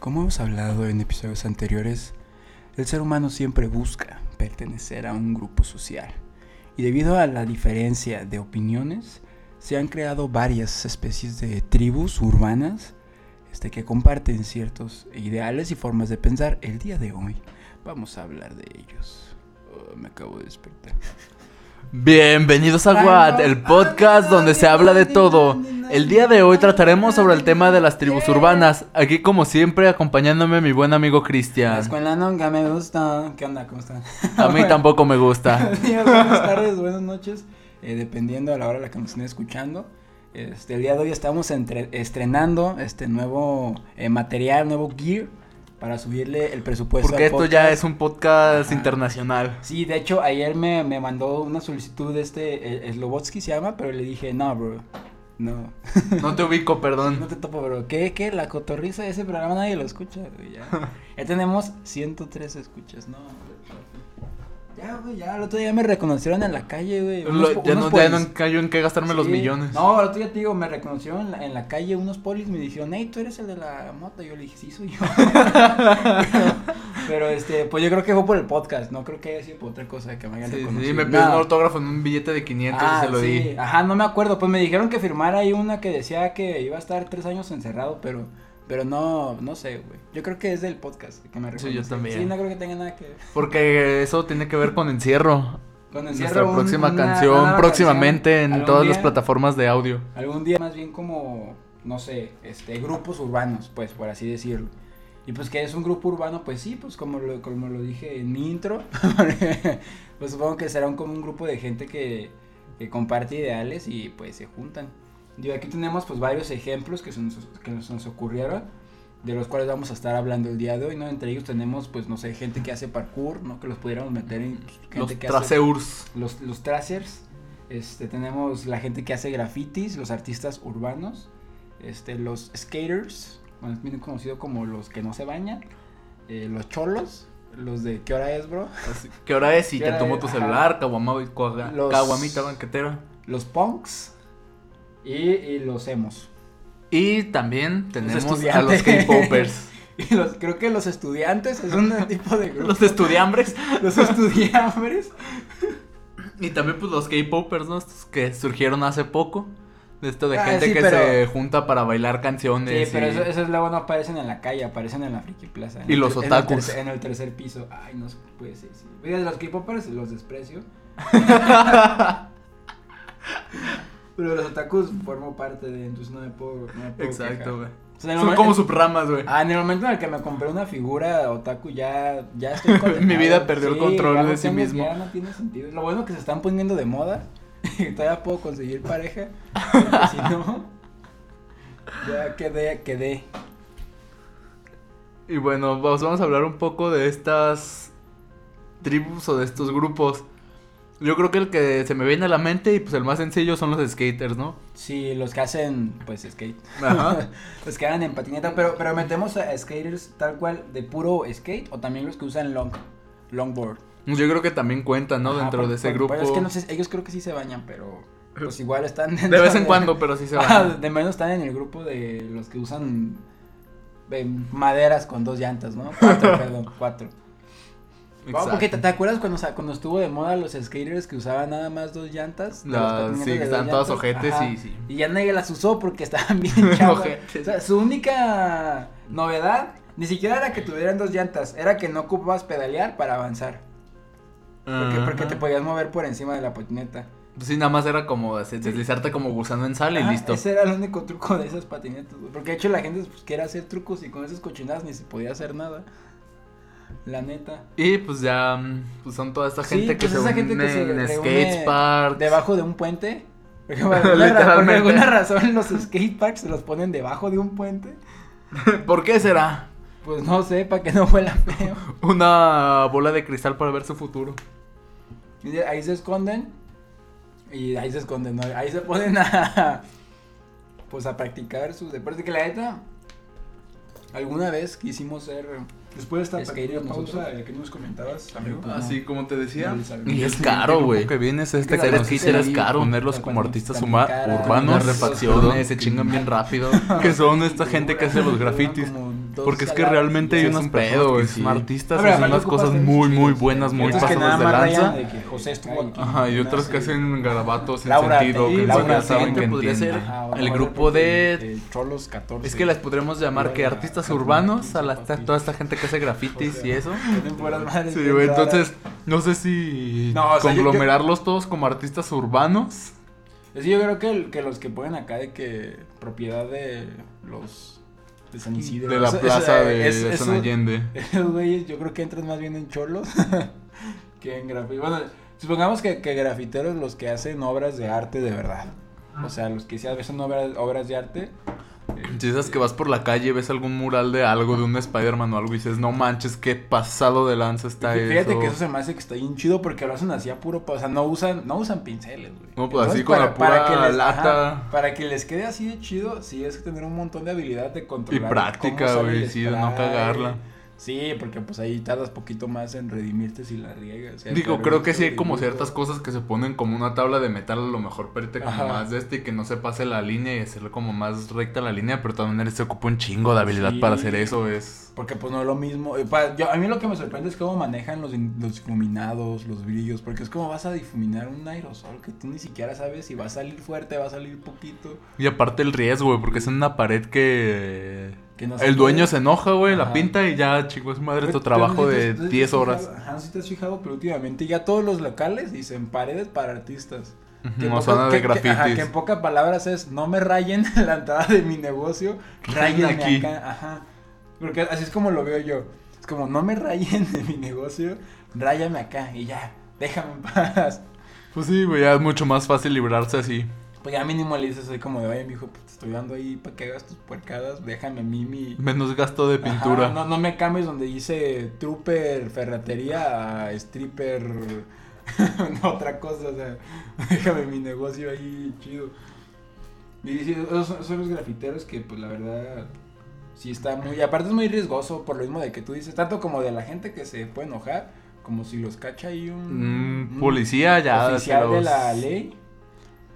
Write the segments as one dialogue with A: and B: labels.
A: Como hemos hablado en episodios anteriores, el ser humano siempre busca pertenecer a un grupo social. Y debido a la diferencia de opiniones, se han creado varias especies de tribus urbanas este, que comparten ciertos ideales y formas de pensar. El día de hoy vamos a hablar de ellos. Oh, me acabo de despertar.
B: Bienvenidos a What, el podcast donde se habla de todo. El día de hoy trataremos sobre el tema de las tribus urbanas. Aquí como siempre acompañándome mi buen amigo
A: La
B: Cristian.
A: escuela nunca me gusta. ¿Qué onda? ¿Cómo están?
B: A mí tampoco me gusta.
A: Buenos días, buenas tardes, buenas noches, eh, dependiendo a la hora a la que nos estén escuchando. Este, el día de hoy estamos entre- estrenando este nuevo eh, material, nuevo gear para subirle el presupuesto.
B: Porque
A: Pues al
B: esto ya
A: podcast.
B: es un podcast
A: Ajá.
B: internacional.
A: Sí, de hecho, ayer me, me mandó una solicitud de este, eh, Slobotsky se llama, pero le dije, no, bro, no,
B: No te ubico,
A: no
B: perdón.
A: te topo, bro. ¿Qué, qué? La cotorriza de ese programa nadie lo escucha, güey, ya. Ya tenemos 103 escuchas, no, ya, güey, ya, el otro día me reconocieron en la calle, güey. unos
B: Lo-
A: po-
B: ya
A: unos
B: no, ya no
A: polis-
B: cayó en qué gastarme los
A: Sí.
B: millones.
A: No, el otro día te digo, me reconocieron en la, en la calle unos polis, me dijeron, hey, tú eres el de la moto. Yo le dije, sí, soy yo. pero, pero, este, pues yo creo que fue por el podcast, no creo que haya sido por otra cosa que me hayan
B: Sí, sí,
A: reconocido.
B: me pidió un
A: No.
B: autógrafo en un billete de 500
A: Ah,
B: y se lo
A: sí,
B: di.
A: Ajá, no me acuerdo, pues me dijeron que firmara ahí una que decía que iba a estar tres años encerrado, pero, pero no, no sé, güey. Yo creo que es del podcast que me
B: Sí, yo
A: reconocieron.
B: también.
A: Sí, no creo que tenga nada que ver.
B: Porque eso tiene que ver con encierro.
A: Con encierro,
B: Nuestra
A: un-
B: próxima
A: una-
B: canción
A: una nueva
B: próximamente
A: canción,
B: en
A: algún
B: todas las
A: día.
B: plataformas de audio.
A: Algún día más bien como, no sé, este, grupos urbanos, pues, por así decirlo. Y pues que es un grupo urbano, pues sí, pues como lo, como lo dije en mi intro, pues supongo que será un, como un grupo de gente que, que comparte ideales y pues se juntan. Digo, aquí tenemos pues varios ejemplos que se nos, que nos, nos ocurrieron, de los cuales vamos a estar hablando el día de hoy, ¿no? Entre ellos tenemos pues, no sé, gente que hace parkour, ¿no? Que los pudiéramos meter en... pues, Gente
B: Los
A: que hace-
B: traseurs.
A: los, los tracers, este, tenemos la gente que hace grafitis, los artistas urbanos, este, los skaters, bueno, es bien conocido como los que no se bañan, eh, los cholos, los de ¿qué hora es, bro?
B: Así, ¿Qué hora es? Y
A: ¿Qué
B: te
A: hora
B: tomo
A: es?
B: tu
A: Ajá.
B: celular, caguama- cuaga-
A: Los-
B: caguamita banquetera.
A: Los punks y, y los emos.
B: Y también tenemos a los
A: estudiantes.
B: K-popers.
A: Y los, creo que los estudiantes es un tipo de grupo.
B: los estudiambres.
A: Los estudiantes.
B: Y también pues los K-popers, ¿no? Estos que surgieron hace poco. De esto de
A: Ah,
B: gente
A: sí,
B: que
A: pero-
B: se junta para bailar
A: Sí,
B: canciones.
A: pero
B: y-
A: eso- esos, luego no aparecen en la calle, aparecen en la friki plaza. en
B: Y
A: el
B: los
A: ter- en el
B: otakus.
A: tercer- En el, tercer piso. Ay, no se puede ser. Sí. Oye, los K-popers los desprecio. pero los otakus formo parte de, entonces no me puedo. No me puedo quejar.
B: Exacto, güey.
A: O sea, en el
B: Son
A: momen-
B: como subramas, güey.
A: Ah, en el momento en el que me compré una figura otaku ya, ya estoy condenado.
B: Mi vida perdió el control
A: ya no
B: de sí
A: tengo-
B: mismo.
A: Ya no tiene sentido. Lo bueno que se están poniendo de moda. Y todavía puedo conseguir pareja. porque Si no, ya quedé, quedé.
B: Y bueno, vamos, vamos a hablar un poco de estas tribus o de estos grupos. Yo creo que el que se me viene a la mente y pues el más sencillo son los skaters, ¿no?
A: Sí, los que hacen, pues, skate.
B: Ajá.
A: los que andan en patineta. Pero, pero metemos a skaters tal cual de puro skate o también los que usan long, longboard.
B: Pues Yo creo que también cuentan, ¿no?
A: Ajá,
B: Dentro
A: por-
B: de ese
A: por-
B: grupo.
A: Pero es que no sé, ellos creo que sí se bañan, pero pues igual están dentro
B: De vez en cuando, pero sí se
A: Ah,
B: van.
A: de menos están en el grupo de los que usan eh, maderas con dos llantas, ¿no? Cuatro, perdón, cuatro.
B: Exacto.
A: Oh, porque te, te acuerdas cuando, sa- cuando estuvo de moda los skaters que usaban nada más dos llantas? De las
B: Las-
A: patinetas
B: sí,
A: de
B: que
A: dos
B: estaban todas
A: llantas?
B: ojetes
A: Ajá.
B: y sí.
A: Y ya nadie las usó porque estaban bien chavas.
B: Ojetes.
A: O sea, su única novedad ni siquiera era que tuvieran dos llantas, era que no ocupabas pedalear para avanzar. Porque, porque
B: Ajá.
A: te podías mover por encima de la patineta.
B: Pues sí, nada más era como así, deslizarte como gusano en sal y
A: Ah,
B: listo.
A: Ese era el único truco de esas patinetas, güey. Porque de hecho la gente pues, quiere hacer trucos y con esas cochinadas ni se podía hacer nada. La neta.
B: Y pues ya, mm, pues son toda esta
A: Sí,
B: gente que
A: pues
B: se
A: esa
B: une
A: gente que se
B: en
A: reúne
B: skateparks.
A: Debajo de un puente. Porque por alguna, ra- por
B: Literalmente.
A: alguna razón los skateparks se los ponen debajo de un puente.
B: ¿Por qué será?
A: Pues no sé, para que no huela feo.
B: Una bola de cristal para ver su futuro.
A: Y de- ahí se esconden. Y ahí se esconden, ¿no? Ahí se ponen a. Pues a practicar sus deportes. Que la neta. Alguna vez quisimos ser.
C: Después de esta
A: Es que
C: pequeña
A: nosotros-
C: pausa eh, que nos comentabas, amigo.
A: Pues no.
B: Ah, como te
C: no les sabemos.
B: Y es caro, güey.
D: que viene es este
A: que la
D: ser
A: verdad es que
D: skater
A: sí,
D: es caro.
A: ponerlos
D: Ponerlos
A: como
D: como
A: artistas suma-
D: artistas
A: urbanos,
D: urbanos,
A: refacciones,
D: refacciones, se chingan bien rápido. que son esta gente que hace los grafitis.
A: Como dos
B: Porque es que
A: galaxias.
B: realmente hay
A: Sí,
B: unos
A: un
B: pedos,
A: pedo,
B: güey,
A: sí.
B: son artistas,
A: A ver,
B: hacen
A: aparte
B: unas cosas
A: ocupas
B: muy,
A: tenis
B: muy
A: chidos.
B: buenas, muy
A: Entonces,
C: que
B: pasadas
C: nada
B: de
C: más
B: lanza.
C: rayan
A: de que José estuvo aquí.
B: Ajá, y
A: Nada,
B: otras que
A: sí.
B: hacen garabatos sin
A: Laura,
B: sentido,
A: sí,
B: que
A: Laura,
B: nunca saben
A: siguiente
B: que
A: podría
B: entienden.
A: ser, ajá,
B: El
A: o
B: grupo
A: Roberto,
B: de...
A: el Cholos 14.
B: Es que las podríamos llamar que artistas urbanos, a la, a toda esta gente que hace grafitis y eso.
A: Tienen puras madres
B: Sí,
A: bien
B: güey,
A: raras.
B: entonces no sé si
A: No, o sea, yo- yo-
B: conglomerarlos todos como artistas urbanos.
A: Es que yo creo que, el- que los que ponen acá de que propiedad de los de San Isidro.
B: De la
A: eso- eso,
B: plaza
A: eh,
B: de
A: es- eso-
B: San Allende.
A: Esos güeyes yo creo que entran más bien en cholos que en grafiteros. Bueno, supongamos que, que grafiteros los que hacen obras de arte de verdad. O sea, los que sí a veces son obras, obras de arte.
B: Si esas que vas por la calle, ves algún mural de algo, de un Spider-Man o algo, y dices, no manches, qué pasado de lanza está
A: Fí- Fíjate
B: eso.
A: que eso se me hace que está bien chido porque lo hacen así a puro, pa- o sea, no usan, no usan pinceles, güey.
B: No, pues, así con la pura lata.
A: ajá, para que les quede así de chido, sí es tener un montón de habilidad de
B: Y
A: controlar. cómo
B: práctica,
A: sale
B: güey,
A: el
B: sí, de no
A: spray.
B: cagarla.
A: Sí, porque pues ahí tardas poquito más en redimirte si la riegas. ¿eh?
B: Digo,
A: Pero
B: creo
A: es
B: que sí hay como
A: dibujo.
B: ciertas cosas que se ponen como una tabla de metal, a lo mejor perte como
A: Ajá.
B: más de este y que no se pase la línea y hacerlo como más recta la línea, pero también se ocupa un chingo de habilidad
A: Sí.
B: para hacer eso, es...
A: Porque pues no es lo mismo. eh, pa- yo- a mí lo que me sorprende es cómo manejan los, in- los difuminados, los brillos, porque es como vas a difuminar un aerosol que tú ni siquiera sabes si va a salir fuerte, va a salir poquito.
B: Y aparte el riesgo, güey, porque es en una pared que...
A: Que no se
B: El dueño
A: puede.
B: se enoja, güey, la
A: Ajá.
B: pinta y ya, chingo, es madre, tu
A: Pero,
B: trabajo
A: ¿no te
B: de
A: has- no te
B: 10
A: has
B: horas.
A: fijado? Ajá, no sé si te has fijado, pero últimamente ya todos los locales dicen paredes para artistas. Que en
B: No
A: pocas-
B: zona de
A: que- que- ajá, que
B: grafitis.
A: en pocas palabras es, no me rayen la entrada de mi negocio,
B: Rayen
A: rayen
B: aquí.
A: acá, ajá. Porque así es como lo veo yo. Es como, no me rayen de mi negocio, ráyame acá y ya, déjame en paz.
B: Pues sí, güey, ya es mucho más fácil librarse así.
A: Pues ya mínimo le dices así como de, oye, mijo, pues te estoy dando ahí para que hagas tus puercadas, déjame a mí mi...
B: Menos gasto de pintura.
A: Ajá, no, no me cambies donde dice trooper, ferretería, a stripper, no, otra cosa, o sea, déjame mi negocio ahí chido. Y sí, esos son, son los grafiteros que pues la verdad sí está muy, y aparte es muy riesgoso por lo mismo de que tú dices, tanto como de la gente que se puede enojar, como si los cacha ahí un,
B: Un Mm, policía ya se
A: Mm, oficial de
B: los-
A: la ley,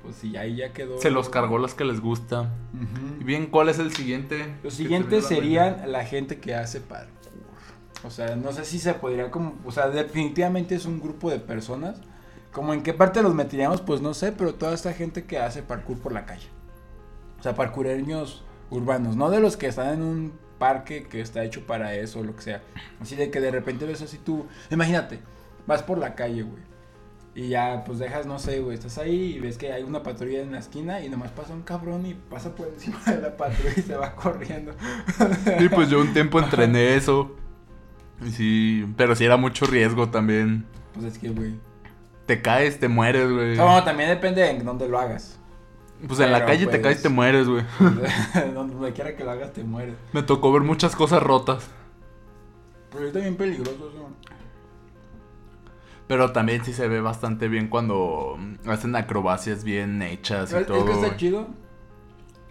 A: pues sí, ahí ya quedó.
B: Se los cargó las que les gusta.
A: Ujú.
B: Y bien, ¿cuál es el siguiente?
A: Los
B: que
A: siguientes
B: te viene a la
A: serían la gente que hace parkour. O sea, no sé si se podría como, o sea, definitivamente es un grupo de personas. Como en qué parte los meteríamos, pues no sé, pero toda esta gente que hace parkour por la calle. O sea, parkoureños urbanos, no de los que están en un parque que está hecho para eso o lo que sea. Así de que de repente ves así tú, imagínate, vas por la calle, güey. Y ya, pues dejas, no sé, güey, estás ahí y ves que hay una patrulla en la esquina y nomás pasa un cabrón y pasa por encima de la patrulla y se va corriendo.
B: Sí, pues yo un tiempo entrené eso. Y Sí, pero sí era mucho riesgo también.
A: Pues es que, güey.
B: Te caes, te mueres, güey.
A: O sea, bueno, también depende de en dónde lo hagas.
B: Pues en la
A: pero,
B: calle te
A: pues-
B: caes, te mueres, güey.
A: donde donde quiera que lo hagas te mueres.
B: Me tocó ver muchas cosas rotas.
A: Pero es también peligroso eso.
B: Pero también sí se ve bastante bien cuando mm, hacen acrobacias bien hechas
A: Es,
B: y
A: es
B: todo.
A: que está
B: güey.
A: chido.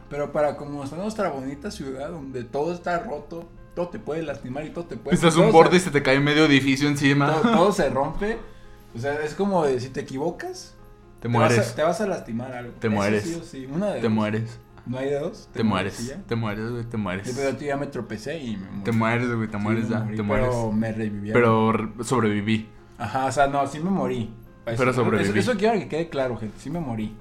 A: Pero para como está nuestra bonita ciudad donde todo está roto, todo te puede lastimar y todo te puede...
B: Pisas Pues
A: todo
B: un borde y
A: se-
B: se te cae medio edificio encima.
A: todo, todo se rompe. O sea, es como de, si te equivocas,
B: te
A: vas a-
B: mueres.
A: te vas a lastimar algo.
B: Te
A: Eso
B: mueres.
A: sí o sí. Una de
B: Te
A: dos.
B: mueres.
A: No hay de dos.
B: Te
A: y
B: mueres.
A: ya.
B: Te mueres, güey. Te
A: Sí, pero
B: mueres.
A: yo ya me tropecé y me morí.
B: Te mueres, güey. Te
A: Sí,
B: mueres
A: me
B: ya.
A: morí,
B: Te mueres.
A: Pero me revivieron.
B: Pero re- sobreviví.
A: Ajá, o sea, no, sí me morí. Eso-
B: Pero sobreviví.
A: Eso, eso quiero que quede claro, gente. Sí me morí.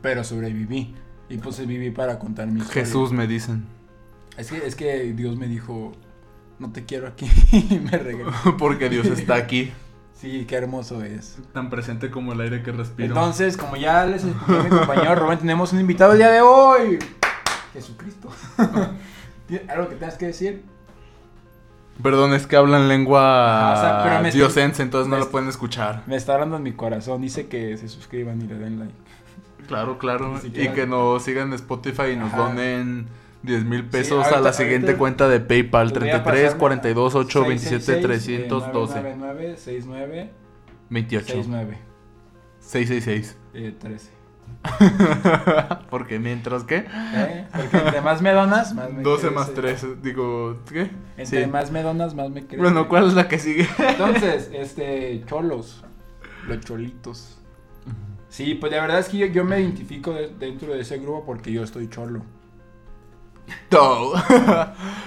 A: Pero sobreviví. Y pues viví para contar mi historia.
B: Jesús me dicen.
A: Es que, es que Dios me dijo, no te quiero aquí. y me regresé.
B: Porque Dios está aquí.
A: Sí, qué hermoso es.
B: Tan presente como el aire que respiro.
A: Entonces, como ya les expliqué a mi compañero Rubén, tenemos un invitado el día de hoy. Jesucristo. ¿Tien- ¿Algo que tengas que decir?
B: Perdón, es que hablan
A: Ajá,
B: lengua
A: o sea, pero me estoy-
B: diosense, entonces no
A: me
B: lo
A: est-
B: pueden escuchar.
A: Me está hablando en mi corazón. Dice que se suscriban y le den like.
B: Claro, claro.
A: Ni
B: Y
A: siquiera-
B: que nos sigan en Spotify y nos
A: Ajá.
B: donen 10 mil pesos
A: ahorita-
B: a la siguiente
A: ahorita-
B: cuenta de PayPal.
A: Al
B: 33, 42, 8, 27, 312.
A: 999, 69,
B: 28.
A: 69,
B: 666.
A: eh, 13.
B: Porque mientras que...
A: ¿Eh? Porque entre más me donas, más me
B: 12
A: crece.
B: más 3, digo, ¿qué?
A: Entre
B: Sí.
A: más me donas, más me crece.
B: Bueno, ¿cuál es la que sigue?
A: Entonces, este, cholos. Los cholitos. Sí, pues la verdad es que yo, yo me identifico de- dentro de ese grupo porque yo estoy cholo.
B: Todo.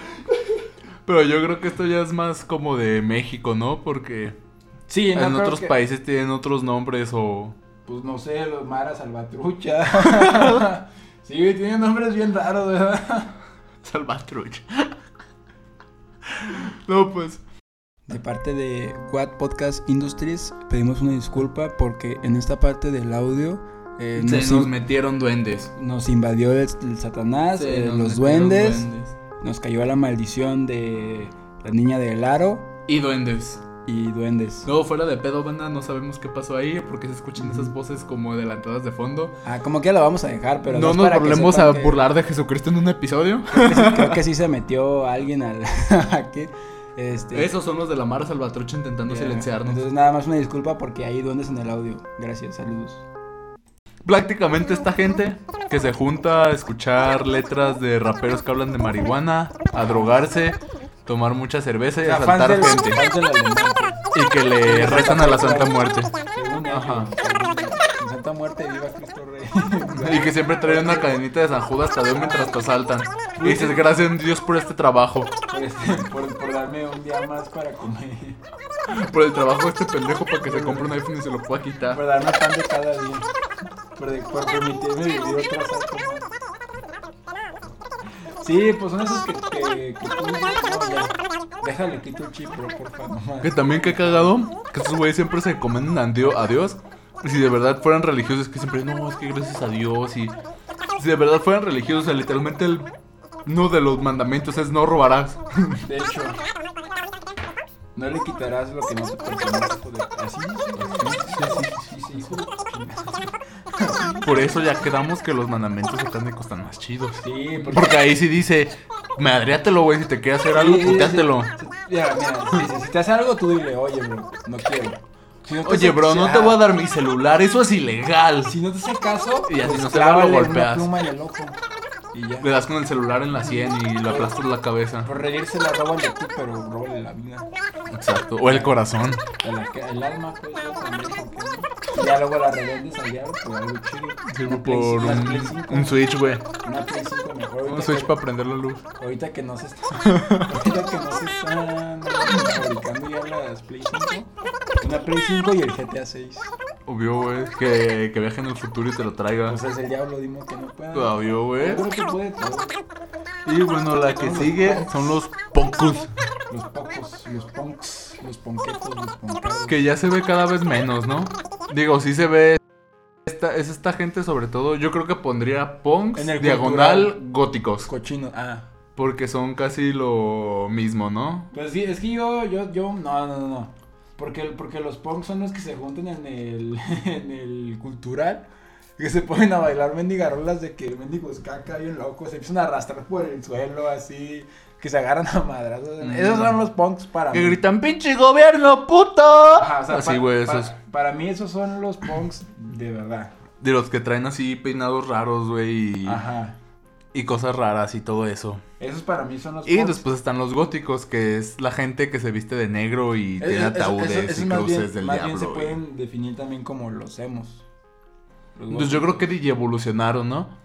B: Pero yo creo que esto ya es más como de México, ¿no? Porque
A: Sí, Ah, no
B: en
A: creo
B: otros
A: que-
B: países tienen otros nombres o...
A: Pues no sé, los Maras Salvatrucha. sí, güey, tienen nombres bien raros, ¿verdad?
B: Salvatrucha. no, pues...
A: De parte de Quad Podcast Industries, pedimos una disculpa porque en esta parte del audio eh,
B: Se
A: nos,
B: nos
A: in-
B: metieron duendes.
A: nos invadió el, el Satanás,
B: Se
A: eh,
B: nos
A: los
B: metieron
A: duendes, nos cayó la maldición de la niña del aro
B: Y duendes.
A: y duendes.
B: No, fuera de pedo, banda, no sabemos qué pasó ahí porque se escuchan esas voces como adelantadas de fondo.
A: Ah, como que la vamos a dejar, Mm. pero
B: no
A: es
B: nos
A: para que
B: volvemos
A: sepan
B: a
A: que-
B: burlar de Jesucristo en un episodio.
A: Creo que sí se metió alguien al aquí. Este,
B: Esos son los de la Mara Salvatrucha intentando
A: Ya.
B: silenciarnos.
A: Entonces nada más una disculpa porque ahí duendes en el audio. Gracias, saludos.
B: Prácticamente esta gente que se junta a escuchar letras de raperos que hablan de marihuana, a drogarse, tomar mucha cerveza y
A: sea,
B: asaltar
A: fans del-
B: gente.
A: fans de la leyenda.
B: Y que le rezan a la Santa Muerte. Ajá.
A: En Santa Muerte, viva Cristo Rey.
B: Y que siempre traen una cadenita de San Judas Tadeo mientras te asaltan. Y dices, gracias a Dios por este trabajo.
A: Por, este- por- por darme un día más para comer.
B: Por el trabajo de este pendejo para que se compre un iPhone y se lo pueda quitar.
A: Por darme pan de cada día. Por, de- por permitirme vivir otras cosas. Sí, pues son esos que, que, que tú- no, ya. Déjale quito el chip, bro, porfa, no más.
B: Que también que he cagado, que estos güeyes siempre se comen a Dio- a Dios. Y si de verdad fueran religiosos, que siempre, no, es que gracias a Dios. Y si de verdad fueran religiosos, o sea, literalmente el- uno de los mandamientos es no robarás.
A: De hecho, no le quitarás lo que no te pertenece, hijo de... Así, así, sí, sí, sí, hijo de...
B: Por eso ya quedamos que los mandamientos satánicos están más chidos.
A: Sí, porque...
B: Porque ahí sí dice, madreátelo, güey, si te quieres hacer algo,
A: Sí, sí, sí.
B: puteátelo.
A: Mira, mira, si, si- si te hace algo, tú dile, oye, bro, no quiero. Si no te
B: Oye,
A: hace-
B: bro, no te voy a dar mi celular, eso es ilegal.
A: Si no te hace caso,
B: Y así
A: pues
B: no se va, lo
A: clávale una
B: golpeas.
A: pluma en el ojo. Y ya.
B: Le das con el celular en la sien y le aplastas la cabeza.
A: Por reírse la roban de ti, pero róbale la vida.
B: Exacto. O el corazón.
A: A la que- El alma, pues, yo también, porque- Y ya luego la revendes allá por algo chido.
B: Sí,
A: Una
B: por
A: Play- una Play
B: un,
A: 5,
B: un switch, güey.
A: Una Play 5 mejor. ahorita
B: Un switch
A: que-
B: para prender la luz.
A: Ahorita que no se están. Ahorita que no se están fabricando ya las Play 5. Una Play 5 y el GTA 6.
B: Obvio, güey. Que, que viaje en el futuro y te lo traiga.
A: O sea, es el diablo, dimos que no puedan.
B: Obvio, güey.
A: Yo creo que puede todo.
B: Y bueno, la que sigue son los pocos.
A: Los pocos, los punks, los ponquetos, los ponquetos.
B: Que ya se ve cada vez menos, ¿no? Digo, sí se ve. Esta, es esta gente, sobre todo. Yo creo que pondría punks
A: En el
B: diagonal góticos.
A: Cochinos, ah.
B: Porque son casi lo mismo, ¿no?
A: Pues sí, es que yo, yo, yo, no, no, no, no. Porque, porque los punks son los que se juntan en el, en el cultural. Que se ponen a bailar mendigarolas de que el mendigo es caca bien loco. Se empiezan a arrastrar por el suelo así. Que se agarran a madrazos.
B: Mm.
A: Esos son los punks para
B: Que
A: mí.
B: gritan, pinche gobierno, puto.
A: Ajá, o sea,
B: Así,
A: pa-
B: güey,
A: pa-
B: esos.
A: Para mí esos son los punks de verdad.
B: De los que traen así peinados raros, güey. Y,
A: Ajá.
B: y cosas raras y todo eso.
A: Esos para mí son los
B: Y
A: punks.
B: después están los góticos, que es la gente que se viste de negro y
A: Es-
B: tiene
A: es- eso-
B: ataúdes
A: eso- eso
B: y
A: más
B: cruces
A: bien-
B: del
A: más
B: diablo.
A: bien se
B: güey.
A: pueden definir también como los emos. Los
B: Entonces Pues yo creo
A: góticos.
B: que DJ evolucionaron, ¿no?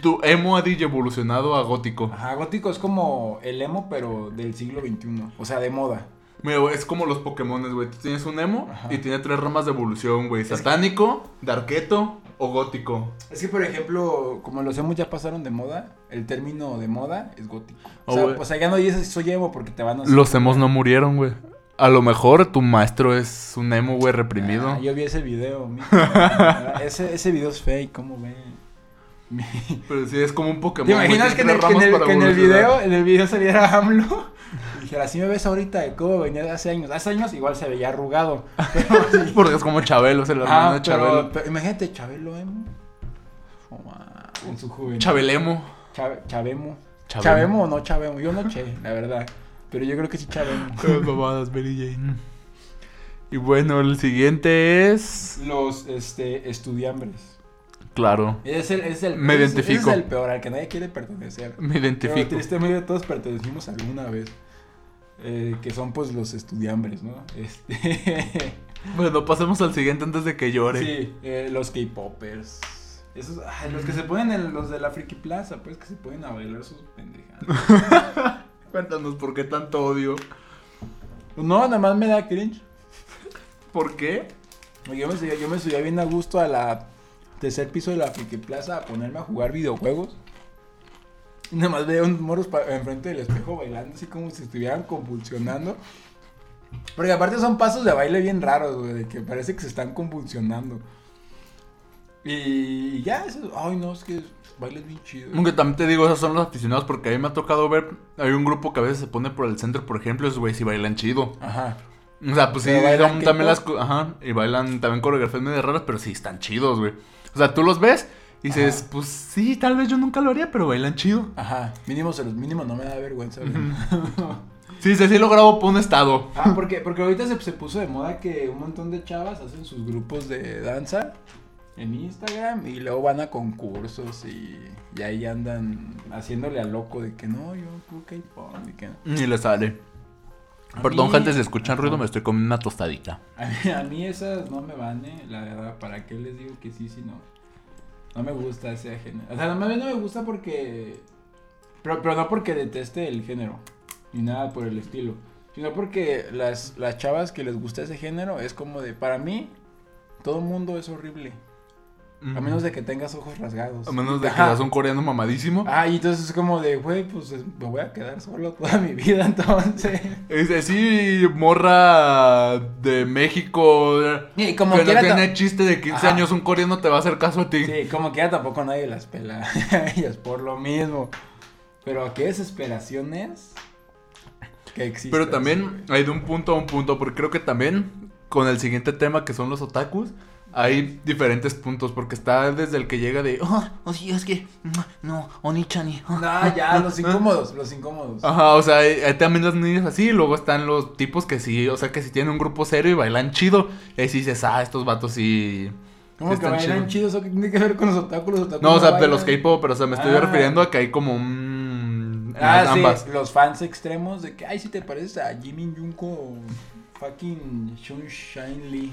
B: Tu emo ha DJ evolucionado a gótico.
A: Ajá, gótico es como el emo, pero del siglo XXI. O sea, de moda.
B: Mira, güey, es como los Pokémones, güey. Tú tienes un emo
A: Ajá.
B: y tiene tres ramas de evolución, güey. Satánico, darketo o gótico.
A: Es que, por ejemplo, como los emos ya pasaron de moda, el término de moda es gótico. O,
B: Oh,
A: sea,
B: güey.
A: o sea, ya no dices soy emo porque te van a...
B: Los emos no murieron, güey. A lo mejor tu maestro es un emo, güey, reprimido.
A: Ah, yo vi ese video. mira. ese, ese video es fake, ¿cómo ven?
B: Pero sí, es como un Pokémon.
A: ¿Te imaginas
B: güey,
A: que en el,
B: tiene
A: que en
B: ramas
A: el-
B: para
A: que en el
B: evolucionar.
A: video, en el video saliera AMLO? Y dijera, así me ves ahorita, ¿cómo venía de hace años? Hace años igual se veía arrugado. Pero sí.
B: Porque es como Chabelo, es el hermano
A: Ah,
B: de
A: pero-
B: Chabelo.
A: pero imagínate, Chabelo emo. Oh, man, en su juventud.
B: Chabelemo.
A: Cha- Chabemo.
B: Chabemo.
A: Chabemo o no Chabemo. Yo no che, la verdad. Pero yo creo que sí Chabemo.
B: Mamadas, Mm. Y bueno, el siguiente es.
A: Los este, estudiambres.
B: Claro,
A: Ese Es el, ese es el,
B: Me
A: ese es-
B: identifico.
A: ese es el peor, al que nadie quiere pertenecer.
B: me
A: Pero
B: identifico.
A: tristemente todos pertenecimos alguna vez. Eh, que son pues los estudiambres, ¿no? Este...
B: Bueno, pasemos al siguiente antes de que llore.
A: sí, eh, los K-popers. Esos, ay, los que se ponen en los de la Friki Plaza, pues que se ponen a bailar sus pendejadas.
B: Cuéntanos por qué tanto odio.
A: No, nada más me da cringe.
B: ¿Por qué?
A: Yo me, subía, yo me subía bien a gusto a la tercer piso de la Pique Plaza a ponerme a jugar videojuegos. Y nada más veía unos moros pa- enfrente del espejo bailando, así como si estuvieran convulsionando. Porque aparte son pasos de baile bien raros, güey, de que parece que se están convulsionando. Y ya, eso- ay no, es que baile bien chido.
B: Aunque también te digo, esos son los aficionados porque a mí me ha tocado ver, hay un grupo que a veces se pone por el centro, por ejemplo, esos güeyes sí bailan chido.
A: Ajá.
B: O sea, pues sí,
A: Pero bailan
B: son
A: K-pop.
B: también las... co- Ajá, y bailan también coreografías medio raras, pero sí, están chidos, güey. O sea, tú los ves y dices,
A: Ajá.
B: pues sí, tal vez yo nunca lo haría, pero bailan chido.
A: Ajá, mínimo se los mínimo no me da vergüenza. güey.
B: Sí, sí, sí lo grabo por un estado.
A: Ah, porque, porque ahorita se, se puso de moda que un montón de chavas hacen sus grupos de danza en Instagram y luego van a concursos y, y ahí andan haciéndole a loco de que no, yo creo que K-pop, y que no.
B: Y le sale.
A: A
B: Perdón,
A: mí-
B: gente, si escuchan ruido, me estoy comiendo una tostadita.
A: A mí, a mí esas no me van, eh, la verdad, ¿para qué les digo que sí si no? No me gusta ese género. O sea, no me, no me gusta porque... Pero, pero no porque deteste el género, ni nada por el estilo. Sino porque las, las chavas que les gusta ese género es como de, para mí, todo mundo es horrible. A menos de que tengas ojos rasgados.
B: A menos de que
A: Ajá.
B: seas un coreano mamadísimo.
A: Ah, y entonces es como de, güey, pues es- me voy a quedar solo toda mi vida entonces.
B: Es así, morra de México.
A: Y como
B: que no
A: quiera... ta-
B: tiene chiste de 15
A: Ajá.
B: años, un coreano te va a hacer caso a ti.
A: Sí, como que ya tampoco nadie las pela ellas por lo mismo. Pero qué desesperación es que existe.
B: Pero también hay de un punto a un punto, porque creo que también con el siguiente tema que son los otakus, hay diferentes puntos, porque está desde el que llega de, "Oh, oh, sí, es que, mua, no, Oni-chani. oh".
A: No, ya, los incómodos, los incómodos.
B: Ajá, o sea, hay, hay también las niñas así, y luego están los tipos que sí, o sea, que si tienen un grupo serio y bailan chido, y ahí sí dices, ah, estos vatos sí...
A: ¿Cómo
B: sí
A: que
B: están
A: bailan
B: chidos".
A: chido? ¿Eso qué tiene que ver con los obstáculos? Los
B: No, o
A: otakus
B: sea, de
A: bailan.
B: los K-pop, pero o sea, me estoy
A: Ah.
B: refiriendo a que hay como un...
A: Ah, sí,
B: ambas.
A: los fans extremos de que, ay, si te pareces a Jimin Junko o fucking Sunshine Lee,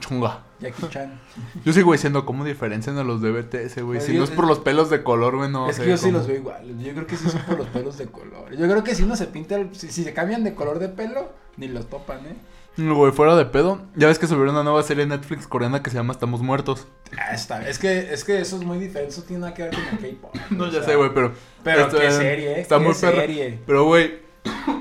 B: Chunga.
A: Jackie Chan.
B: Yo sigo diciendo, ¿cómo diferencian a los de BTS, güey?
A: Pero
B: Si
A: yo-
B: no es por los pelos de color, güey, no
A: es
B: sé
A: que yo sí
B: cómo.
A: los veo iguales. Yo creo que sí son por los pelos de color. Yo creo que si uno se pinta, el- si, si se cambian de color de pelo, ni los topan, ¿eh?
B: Mm, Güey, fuera de pedo. Ya ves que subieron una nueva serie en Netflix coreana que se llama Estamos Muertos.
A: Ah, está- es que es que eso es muy diferente, eso tiene nada que ver con el K-pop.
B: No,
A: o
B: ya
A: sea,
B: sé, güey, pero.
A: Pero
B: esto,
A: qué
B: eh,
A: serie, ¿eh?
B: Está
A: qué
B: muy perra.
A: serie.
B: Pero, güey,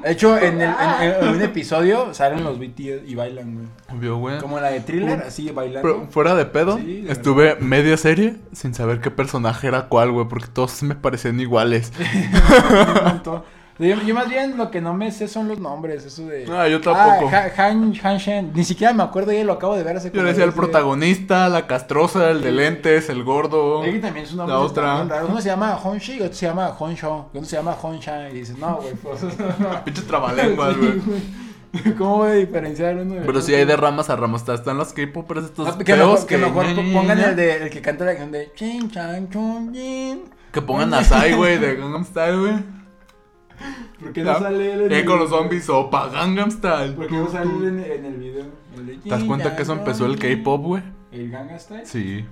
A: De hecho, en, el, en- en un episodio salen los BTS y bailan, güey.
B: obvio, güey.
A: Como la de Thriller, así
B: Pero
A: bailando.
B: fuera de pedo,
A: Sí, de
B: estuve media serie sin saber qué personaje era cuál, güey, porque todos me parecían iguales.
A: Un montón. yo, yo más bien lo que no me sé son los nombres, eso de...
B: Ah, yo tampoco.
A: Ah, Ha- Han, Han Shen, ni siquiera me acuerdo y lo acabo de ver hace
B: Yo
A: como
B: le decía el
A: desde-
B: protagonista, la castrosa, el de
A: Sí.
B: lentes, el gordo.
A: Es que también su nombre
B: La
A: es
B: otra.
A: bien raro. Uno se llama Honshi y otro se llama Honsho. Uno se llama Honshan y dices, no, güey, pues... no.
B: Pinche trabalenguas, güey.
A: ¿Cómo voy a diferenciar uno de
B: Pero
A: otro?
B: sí hay de ramas a ramas. está- Están los K-popers estos
A: Ah, que
B: feos
A: mejor, que mejor po- pongan el de el que canta la canción de Chin Chan Chun Chin.
B: Que pongan a Psy, güey, de Gangnam Style, güey.
A: ¿Por qué
B: Ya.
A: no sale él en
B: Eh,
A: el
B: con los zombies, opa, Gangnam Style.
A: ¿Por qué no sale él en, en el video? El de
B: ¿Te das
A: Chin
B: cuenta
A: Chan
B: que eso empezó el
A: Chun Chin?
B: K-pop, güey?
A: ¿El Ganga Style?
B: Sí.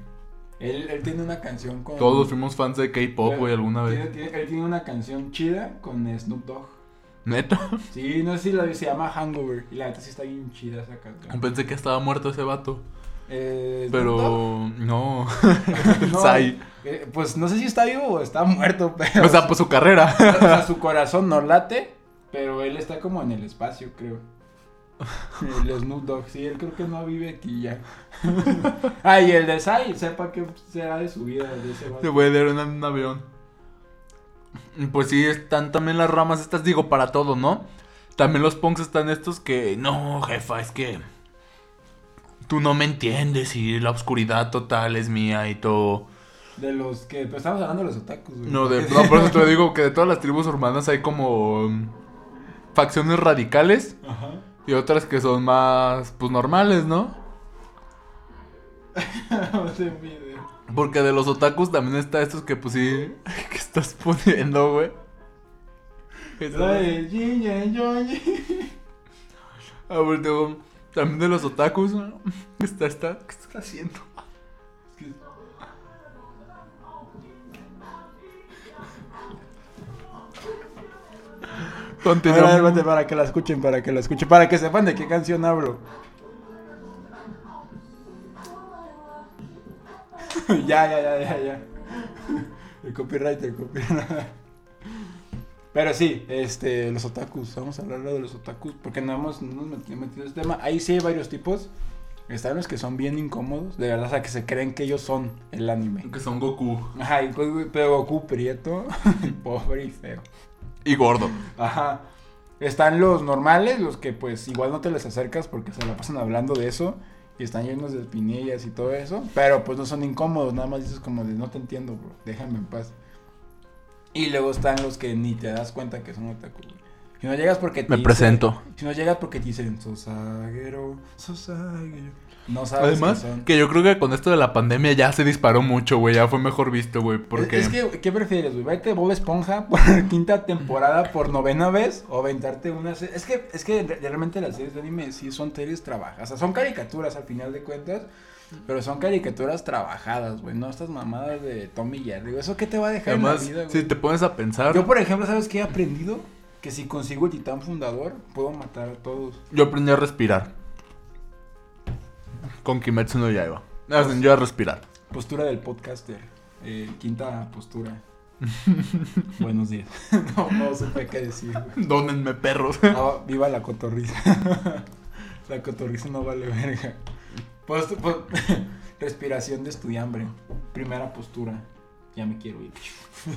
A: Él, él tiene una canción con.
B: Todos fuimos fans de K-pop, güey, alguna
A: Tiene-
B: vez.
A: tiene- él tiene una canción chida con Snoop Dogg.
B: Neta.
A: Sí, no sé si la se llama Hangover. Y la neta sí está bien chida esa canción.
B: Pensé que estaba muerto ese vato.
A: Eh, ¿Snoop Dogg?
B: Pero. No.
A: No,
B: Psy.
A: eh, pues no sé si está vivo o está muerto, pero.
B: O sea, pues su carrera.
A: O sea, su corazón no late, pero él está como en el espacio, creo. El Snoop Dogg, sí, él creo que no vive aquí ya. Ah, y el de Sai, sepa qué será de su vida, de ese
B: Se
A: vato.
B: fue de un, un avión. Y Pues sí, están también las ramas estas, digo, para todo, ¿no? También los punks están estos que, no, jefa, es que tú no me entiendes y la oscuridad total es mía y todo.
A: De los que, pero estamos hablando de los otakus, güey.
B: No, de, no, por eso te digo que de todas las tribus urbanas hay como mm, facciones radicales
A: Ajá.
B: y otras que son más, pues, normales, ¿no?
A: No se mide.
B: Porque de los otakus también está estos que, pues sí, que estás poniendo, güey.
A: La de Jin, Yang, Yang, Yang.
B: A ver, tengo- pues, también de los otakus, ¿no? ¿Qué está, está, ¿Qué está haciendo?
A: Es que- A ver, a ver,
B: Continuamos.
A: espérate, para que la escuchen, para que la escuchen, para que sepan de qué canción hablo. ya, ya, ya, ya, ya. El copyright, el copyright. Pero sí, este, los otakus, vamos a hablar de los otakus, porque no hemos, no nos met- metido en este tema. Ahí sí hay varios tipos. Están los que son bien incómodos, de verdad, o sea, que se creen que ellos son el anime.
B: Que son Goku.
A: Ajá, y pues, güey, pero Goku prieto, pobre y feo.
B: Y gordo.
A: Ajá. Están los normales, los que pues igual no te les acercas porque se la pasan hablando de eso y están llenos de espinillas y todo eso, pero pues no son incómodos, nada más dices como de no te entiendo, bro, déjame en paz. Y luego están los que ni te das cuenta que son otaku. güey. Si no llegas porque te
B: Me
A: dicen-
B: presento.
A: Si no llegas porque te dicen Sosagero, Sosagero. No sabes
B: Además,
A: qué son.
B: que yo creo que con esto de la pandemia ya se disparó mucho, güey. Ya fue mejor visto, güey. Porque
A: Es que, ¿qué prefieres, güey? ¿Verte Bob Esponja por quinta temporada por novena vez o aventarte una serie? Es que, es que re- realmente las series de anime sí son series trabajadas. O sea, son caricaturas al final de cuentas, pero son caricaturas trabajadas, güey. No estas mamadas de Tommy y Jerry. güey. ¿Eso qué te va a dejar
B: además,
A: en la vida, güey?
B: si te pones a pensar,
A: Yo,
B: yo,
A: por ejemplo, ¿sabes qué he aprendido? Que si consigo el titán fundador, puedo matar a todos.
B: aprendí a respirar. Con Kimetsu no Yaiba. Me Yo a respirar.
A: Postura del podcaster. Eh, quinta postura. Buenos días. no, no supe qué decir, güey.
B: Dónenme, perros.
A: Ah, viva la cotorriza. la cotorriza no vale verga. Pues, pues, respiración de estudiambre. Primera postura. Ya me quiero ir.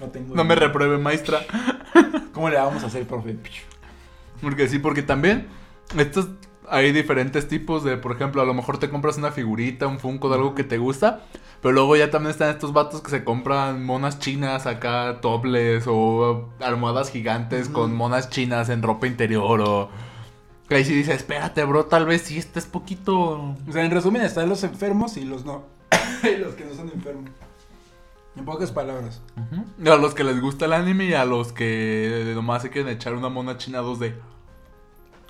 A: no tengo.
B: No me
A: dinero.
B: repruebe, maestra.
A: ¿Cómo le vamos a hacer, profe?
B: Porque sí, porque también estos hay diferentes tipos de, por ejemplo, a lo mejor te compras una figurita, un Funko de algo que te gusta, pero luego ya también están estos vatos que se compran monas chinas acá, tobles o almohadas gigantes con monas chinas en ropa interior o que ahí sí dices, "Espérate, bro, tal vez sí estés poquito
A: O sea, en resumen, están los enfermos y los no. y los que no son enfermos. En pocas palabras.
B: A los que les gusta el anime y a los que nomás se quieren echar una mona china 2D.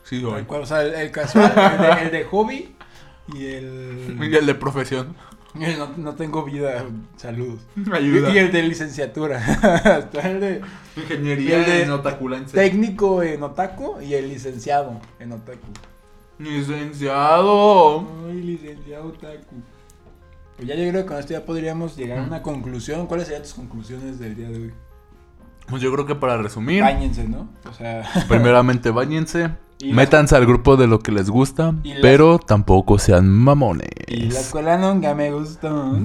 B: Sí,
A: Tal
B: soy.
A: cual, o sea, el, el casual, el de, el de hobby y el.
B: Y el de profesión.
A: y el no, no tengo vida. Saludos.
B: Ayuda.
A: Y el de licenciatura. Está el de.
B: Ingeniería
A: El de-
B: en otaculense.
A: Técnico en otaku y el licenciado en otaku.
B: Licenciado.
A: Ay, licenciado otaku. Pues ya yo creo que con esto ya podríamos llegar a una conclusión. ¿Cuáles serían tus conclusiones del día de hoy?
B: Pues yo creo que para resumir,
A: Báñense, ¿no? O sea,
B: primeramente bañense,
A: Y las-
B: métanse al grupo de lo que les gusta,
A: Y las-
B: pero tampoco sean mamones.
A: y la escuela nunca me gustó.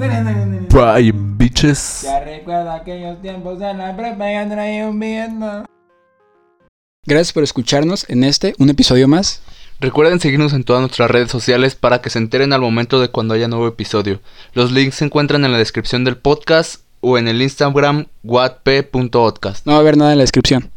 A: Pues.
B: Bye, bitches.
A: Ya recuerdo aquellos tiempos de la prepa y traía un viento. Gracias por escucharnos en este, un episodio más.
D: Recuerden seguirnos en todas nuestras redes sociales para que se enteren al momento de cuando haya nuevo episodio. Los links se encuentran en la descripción del podcast o en el Instagram whatp.podcast.
A: No va a haber nada en la descripción.